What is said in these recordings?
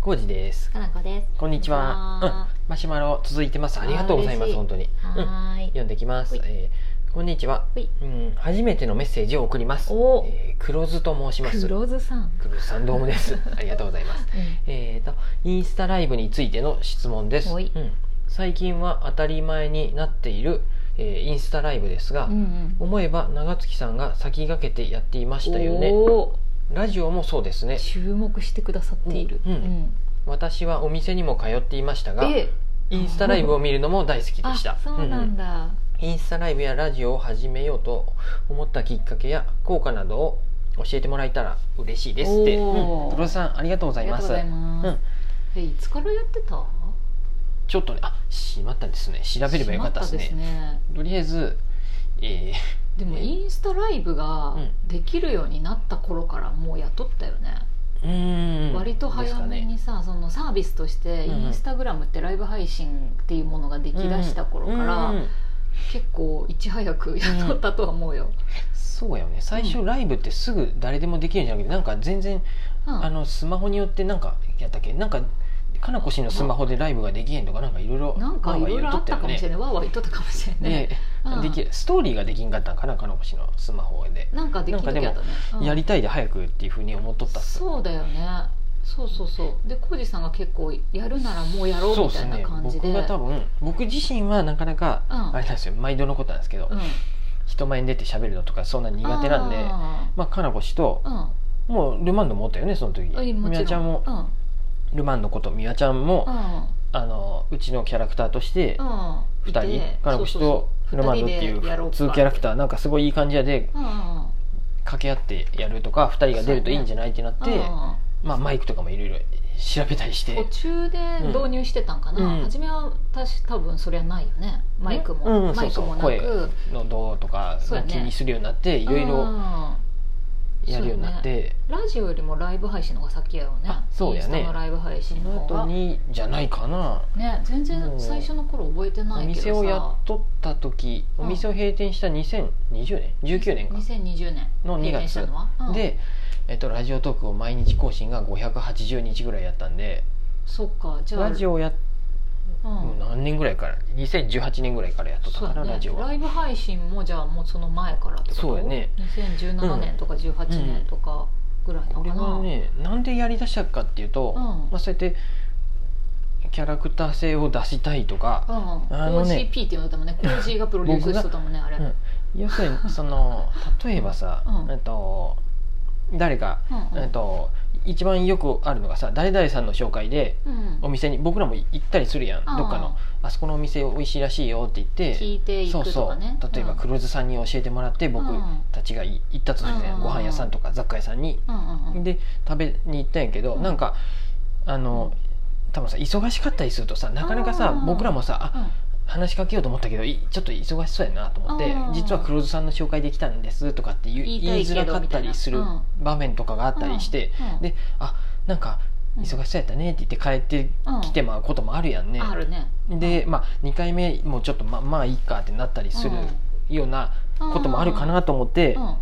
コウジです。かなこです。こんにちは。うん、マシュマロ続いてます。ありがとうございまあ嬉しす。い本当に。こんうばんん、は。はーい。読んできますほい。えーこんにちは。ほいうん、初めてのメッセージを送ります。おえー、黒ズと申します。黒ずさん。黒ズさんどうもです。 ありがとうございます。えーと、インスタライブについての質問です。ほいうん、最近は当たり前になっている、えーインスタライブですが、うんうん。思えば長月さんが先駆けてやっていましたよね。おラジオもそうですーね。注目してくださっている。うん私はお店にも通っていましたうんが、え、インスタライブを見るのも大好きであ、した。そうなんだ。うんインスタライブやラジオを始めようと思ったきっかけや効果などを教えてもらえたら嬉しいですって。おーうん、黒田さんありがとうござあいりがまとうすご。ざいます。え、いつからやってた？ちょっとね、あ、しまったんですね。調べればよかったですね。しまねとりあえず、えでもえインスタライブがうんできるようになった頃からもう雇ったよね。ー、うーん割と早めですにさ、そのサービスとしてうんうんインスタグラムってライブ配信っていうものがでかきねだした頃から、うんうん結構いち早く雇ったとは思うよ。そうやよね。最う初ライブってすぐ誰でもできるんじゃなくて、なんか全然うんあのスマホによってなんかやったっけなんかかなこ氏のスマホでライブができへんとかなんかいろいろなんかいろいろあったかもしれないない。わーわー言っとったかもしれない。で、うんできストーリーができんかったんかなかなこ氏のスマホで、なんかできる時あったね。うんやりたいで早くっていうふうに思っとったっすそうだよね。そうそうそう。で、コウジさんが結構やるならもうやろうみたいな感じで。僕が多分僕自身はなかなか、うんあれなんですよ毎度のことなんですけど、うん人前に出て喋るのとかそんな苦手なんであまあかなこ氏とーもうルマンド持ったよねその時うん。うんもみろやんちゃんもうんうんルマンドことみやちゃんも、あのうちのキャラクターとして、うん。 2人いてカラコシとそルマンドそっそていう二人でやろうか2キャラクターなんかすごいいい感じでうんうんうん掛け合ってやるとか2人が出るといいんじゃないってなって、うんまあ、マイクとかもいろいろ調べたりして途中で導入してたんかな、うん初めはたし多分そりゃないよねマイクも、うんうんマイクもなくそうそうのどうとかそうやね気にするようになっていろいろろやるようになってラジオよりもライブ配信の方が先やよねあそうやねインスタのライブ配そ信のの方後がねにじゃないかな全もう然最初の頃覚えておないけ店どをさやっとった時お店を閉店した2020年19年か2020年の2経験し月たのは、うん、で、えっと、ラジオトークを毎日更新が580日ぐらいやったんでそっかじゃあラジオやっうんもう何年ぐらいから2018年ぐらいからやっとったそうかやら、ねラジオはライブ配信もじゃあもうその前からってことそうやね2017年とか18年とかぐらいなのこれかな、はねなんでやりだしたかっていうと、うんまあ、そうやってキャラクター性を出したいとか、うん、あのね OGP って言われたもんねコージーがプロデュースしてたもんねあれ、うん要するにそ の例えばさ、うんえっと、誰か、うんうんえっと、一番よくあるのがさ誰々さんの紹介でうんお店に僕らも行ったりするやん、うんどっかのあそこのお店美味しいらしいよって言って聞いていそうくとそかねう例えばうん黒津さんに教えてもらって僕うんたちがい行ったとするじゃんうんご飯屋さんとか雑貨屋さんにうんうんうんで食べに行ったんやけどうんなんかあの多分さ忙しかったりするとさなかなかさうん僕らもさあ話しかけようと思ったけどいちょっと忙しそうやなと思ってうん実は黒津さんの紹介できたんですとかって言う言言いたいいけづどらかったりするみたいな場面とかがあったりしてうんうんであなんかうん忙しそうやったねって言って帰ってきてまうこともあるやんね。あるねで、まあ、2回目もちょっとままあいいかってなったりするようなこともあるかなと思って、うん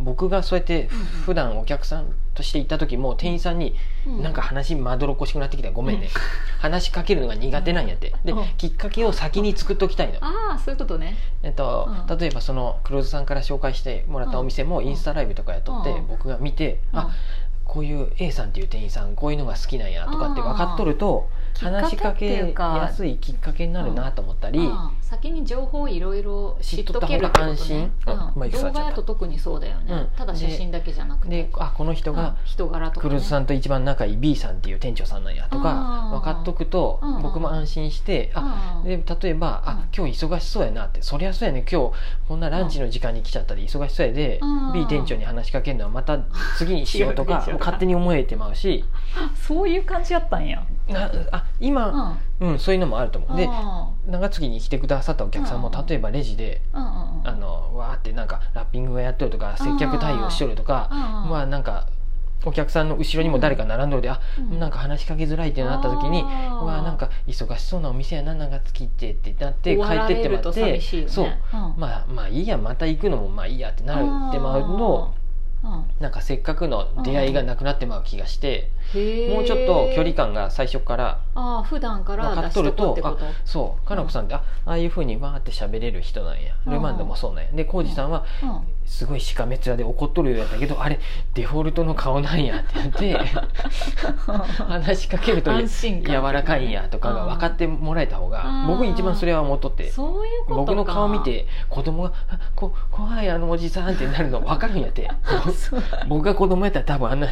僕がそうやってうんうん普段お客さんとして行った時も店員さんにうんなんか話まどろっこしくなってきたらごめんね、うん話しかけるのが苦手なんやってでうんきっかけを先に作っときたいの、ああそういうことねえっとうん例えばその黒津さんから紹介してもらったお店もうんインスタライブとかやっとってうん僕が見て、あこういう A さんっていう店員さんこういうのが好きなんやとかって分かっとるとうん話しかきっかけっていけうかやすいきっかけになるなと思ったり、うんうん先に情報をいろいろ知っとけるってことね知っとった方が安心うんうん動画やと特にそうだよね、うんただ写真だけじゃなくてであこの人うんが人柄とか、ね、クルーズさんんと一番仲いい B さんっていう店長さんなんやとかあー分かっとくとうんうん僕も安心してああで例えばうんあ今日忙しそうやなってそりゃそうやね今日こんなランチの時間に来ちゃったり忙しそうやでうん B 店長に話しかけるのはまた次にしようと違う かでしょもう勝手に思えてまうしそういう感じやったんやなあうん今、うんうん、そういうのもあると思うでうん長月に来てくださったお客さんもうん例えばレジでうんうんうんあのわーってなんかラッピングがやっとるとか接客対応しとるとかまあなんかお客さんの後ろにも誰か並んどるで、あなんかか話しかけづらいってなった時にうわなんか忙しそうなお店やな長月ってってなって帰ってってもらって、ね、そううん、まあまあいいやまた行くのもまあいいやってなるってまうのをなんかせっかくの出会いがなくなってまう気がして、もうちょっと距離感が最初からああ普段から分か出っしととるくっとてことそうかなこさんって、あああいうふうにわーって喋れる人なんやうんルマンドもそうなんやで浩二さんはすごいしかめっ面で怒っとるようやったけどあれデフォルトの顔なんやってなって話しかけると安心柔感らかいんやとかが分かってもらえた方がうん僕一番それは思っとってそういうことか僕の顔見て子供があ「こ怖いあのおじさん」ってなるの分かるんやってそう僕が子供やったら多分あんな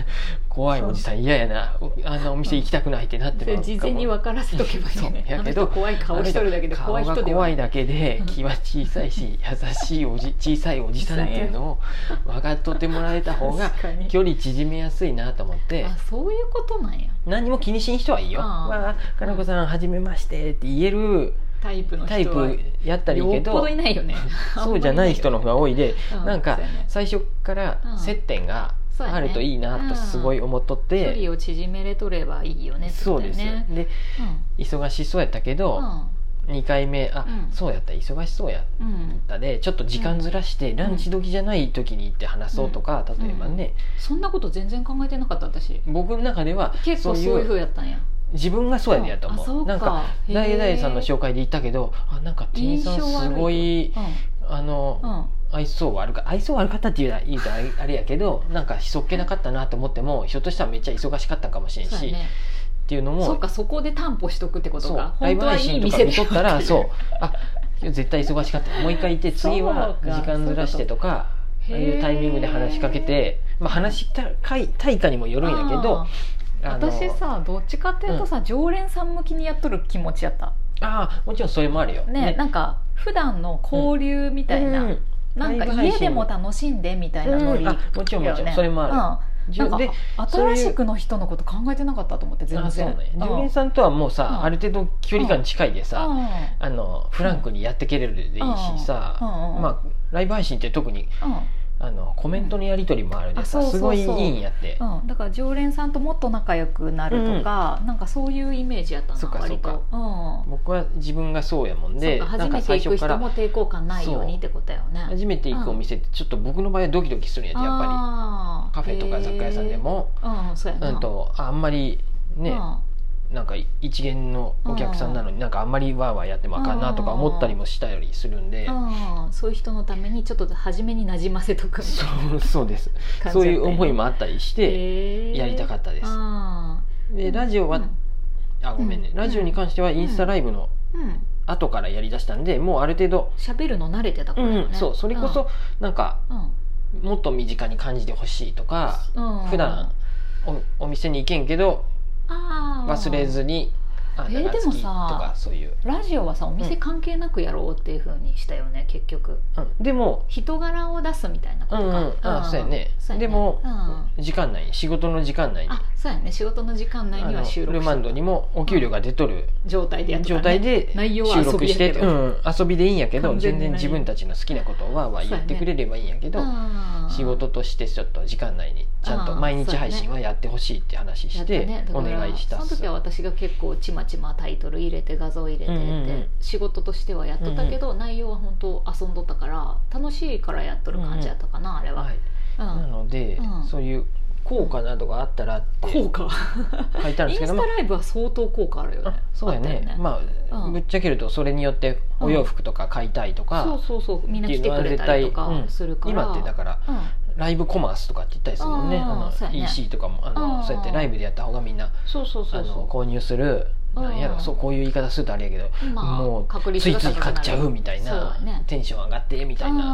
怖いおじさん嫌やなあんなお店行きたくないってなってそれ事前に分からせとけばいいよねそうやあのけど人怖い顔しとるだけで顔怖いが人で怖はいだけで気は小さいし優しいおじ小さいおじさんっていうのを分かっとってもらえた方が確かに距離縮めやすいなと思ってあそういうことなんや何も気にしん人はいいよ「ああわあかなこさんはじめまして」って言えるタイプの人タはイプやったらいいよけっぽどどいないよね そうじゃない人の方が多いであんまなんりいないよねか最初から接点がそうやねあるといいなとすごい思っとっうん距離てを縮めれとればいいよねってそこうとだでよすねで忙しそうやったけうどん2回目あうんそうやった忙しそうやっうんうんたでちょっと時間ずらしてランチ時じゃない時に行って話そうとかうん例えばねそんなこと全然考えてなかった私僕の中では結構そういうふうやったんや自分がそうやねやとあそ思ううなんかへー誰々さんの紹介で行ったけどあなんか店員さんすごい印象悪あのとうんうん愛想悪か愛想悪かったって言うたらいいとあれあれやけどなんかひそっけなかったなと思ってもひょっとしたらめっちゃ忙しかったかもしれんそうし、やねっていうのもそうかそこで担保しとくってことそうかライブ本当は配い信といか店見でとった らうそうあ今日絶対忙しかったもう一回行って次はそうか時間ずらしてとかあそうあいうこというタイミングで話しかけて、まあ、話したい対価にもよるんやけどあの私さどっちかっていうとさ、常連さん向きにやっとる気持ちやったああもちろんそれもあるよ。ねなんか普段の交流みたいな、うんなんライブか配家信でも楽しんでみたいなノうリ、んあもちろんもちろん、それもある。る、うん、なんでかあそういう新しくの人のこと考えてなかったと思って全あそう然ねうん常連さんとはもうさ、うんある程度距離感近いでさ、うんあのフランクにやってけれるでいいしさ、うんうんまあ、ライブ配信って特にあのコメントのやり取りもあるでさ、うんあそすうそごういいそういんやって、うんうんだから常連さんともっと仲良くなるとか、なんかそういうイメージやったなそっか割とそっかうん僕は自分がそうやもんでそうかなん初かめて最行く初か人らも抵抗感ないようにってことやよね初めて行くお店ってちょっと僕の場合はドキドキするんやってやっぱぱりカフェとか雑貨屋さんで、も、へーうん、そうやなうん、とあんまりね、うんなんか一元のお客さんなのになんかあんまりワーワーやってもあかんなとか思ったりもしたりするんで、うんそういう人のためにちょっと初めに馴染ませとくみたいなそうそうです、感じそだったよねういう思いもあったりして、へーやりたかったですあでラジオは、うんあごめんね、うんラジオに関してはインスタライブのーうん後からやりだしたんでもうある程度、喋るの慣れてたからね、うんそうそれこそなんかうん、うんもっと身近に感じてほしいとか、うん普段おお店に行けんけどあー忘れずに、あえーなんか好きでもとさかそういう、ラジオはさおう店ん関係なくやろうっていうふうにしたよね、結局うん、でも人柄を出すみたいなこうとんうんか、あそうやねそうやでもうん、あ時間内に仕事の時間内にそうやね仕事の時間内あにはの収録ルマンドにもお給料が出とる状態でやってた、ね、状態で内容は収遊録びやしけてどうん遊びでいいんやけど完全全に内然容自分たちの好きなことをわーわー言ってくれればいいんやけどうん仕事としてちょっと時間内にちゃんとうん毎日配信はやってほしいって話やしってねだおから願いしたっそのす時は私が結構ちまちまタイトル入れて画像入れてって、うんうんうん仕事としてはやっとったけど、内容は本当遊んどったから楽しいからやっとる感じやったかな、あれは、はいなのでうんそういう効果などがあったらってうん、効果書いてあるん イですけンスタどまあライブは相当効果あるよねあそうやあっねたよまあうんぶっちゃけるとそれによってお洋服とか買いたいとそうかそうそうみんな来てくれたっていりとうのは絶か対するから、今ってだからうんライブコマースとかって言ったりするもんねあーあのそうやね EC とかもああのーそうやってライブでやった方がみんなそうそうそあうのそ購入するうんなんやろそうこういう言い方するとあれやけどう、まあもう確率ついがつい高くな買るっちゃうみたいなそうやねテンション上がってみたいな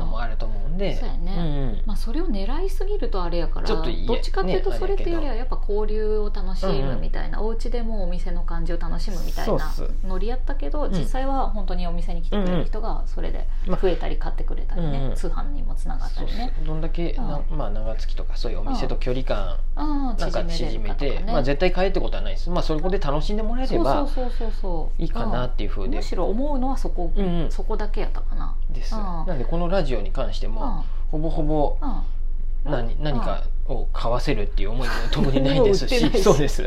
のもあると思うんあでーそうやねうんまあ、それを狙いすぎるとあれやからちょっといいえどっちかっていうとねそれっていうよりあはれやっぱ交流を楽しむみたいな、お家でもお店の感じを楽しむみたいそうっなすノリやったけど、うん実際は本当にお店に来てくれる人がそれでまあ増えたり買ってくれたりね、うんうん通販にもつながったそうりねそうどんだけなうまあ長月とかそういうお店と距離感ああなんか縮縮めめれるかとてかねまあ絶対買えってことはないですまあそこで楽しんでもらえればそうそうそうそうそういいかなっていうふううんでむしろ思うのはそこ、うんうんそこだけやったかなですうんなんでこのラジオに関してもうほぼほぼんうん何何かを買わせるっていう思いも特にないです 何も売ってしないしそうです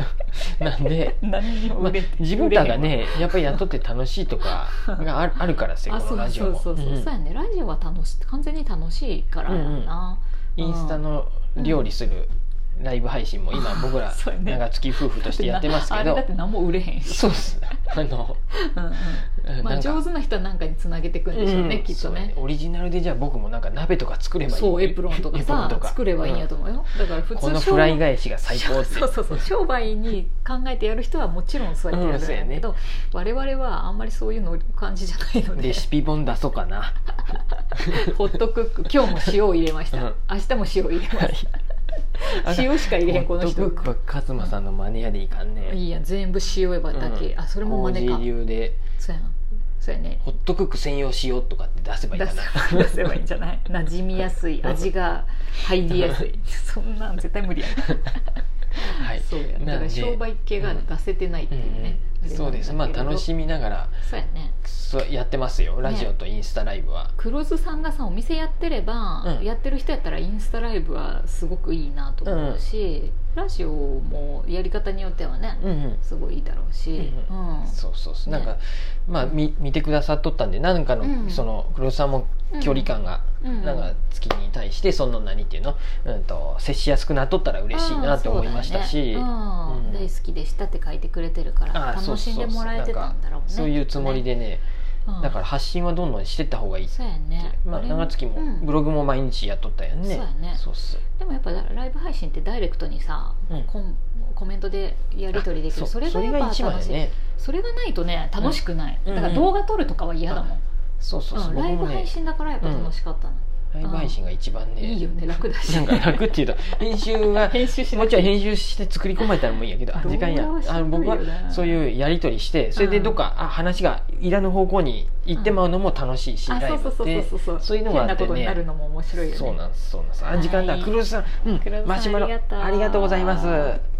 なんで何にまあ、自分らがねやっぱりやっとって楽しいと かがあるあるからですよあこそのうラジオもそうそうそう、うんそうやねラジオは楽し完全に楽しいからやな、うんうんインスタの料理するライブ配信も今僕らそうやね長月夫婦としてやってますけあれだどって何も売れへんし、そうっすあのうんうんまなあ、んか上手な人は何かにつなげていくんでしょうね、うんきっとねそうオリジナルでじゃあ僕もなんか鍋とか作ればいいそうエプロンとかエプロさンとか作ればいいんやと思うよ、だから普通このフライ返しが最高って そうそうそう商売に考えてやる人はもちろんそうやってやるんだけど、我々はあんまりそういうの感じじゃないのでレシピ本出そうかなホットクック今日も塩を入れました、うん明日も塩入れまはいす 塩しか入れへんこホのット人クックは勝間さんのマネやでいかんねいいやん全部塩エバだけ、うんあそれも真似か麹流でそうやんそうやねホットクック専用しようとかって出せばいい出かなせ出せばいいんじゃない馴染みやすい味が入りやすい そんなん絶対無理やなはいそうやだかなんらで商売系が出せてないってういんうね、うん、そうですまあ楽しみみながらそうやねそうやってますよラジオとインスタライブは、黒津さんがさお店やってれば、うんやってる人やったらインスタライブはすごくいいなと思うし、ラジオもやり方によってはね、うんうんすごいいいだろうし、ううんそうそうそう、ねなんかまあ見見てくださっとったんでなんかの、うんその黒沢も距離感が、うんなんか月に対してその何っていうの、うん、と接しやすくなっとったら嬉しいなと思いましたし、うんそうだねうんうん大好きでしたって書いてくれてるからああそ楽うそしうんそうでもらえてたんだろうねそういうつもりで、でね、うんだから発信はどんどんしてった方がいいって、そうやね、まあ、俺も長月うもんブログも毎日やっとったよね、そうやねそうっすでもやっぱライブ配信ってダイレクトにさ、うんコンコメントでやり取りできるあそれがやっぱ楽しいそれが一番やねそれがないとね楽しくない、うんだから動画撮るとかは嫌だもん、そうそうそう、うん、ライブ僕もね配信だからやっぱ楽しかったの、ライブ配信が一番ねいいよね楽だしなんか楽っていうと編集が編集しもなちろんい編集して作り込まれたらもういいんやけどあ時間や動画はしんどいあよのな僕はそういうやり取りしてそれでどっか、あ話がいらぬ方向に行ってまうのも楽しいし、あラそイうブそうっそうてそうそうそういうのがあってね変なことになるのも面白いよねそうなんですそうなんですはあい時間だ黒田さん、うん黒田さんマシュマロありがとうありがとうございます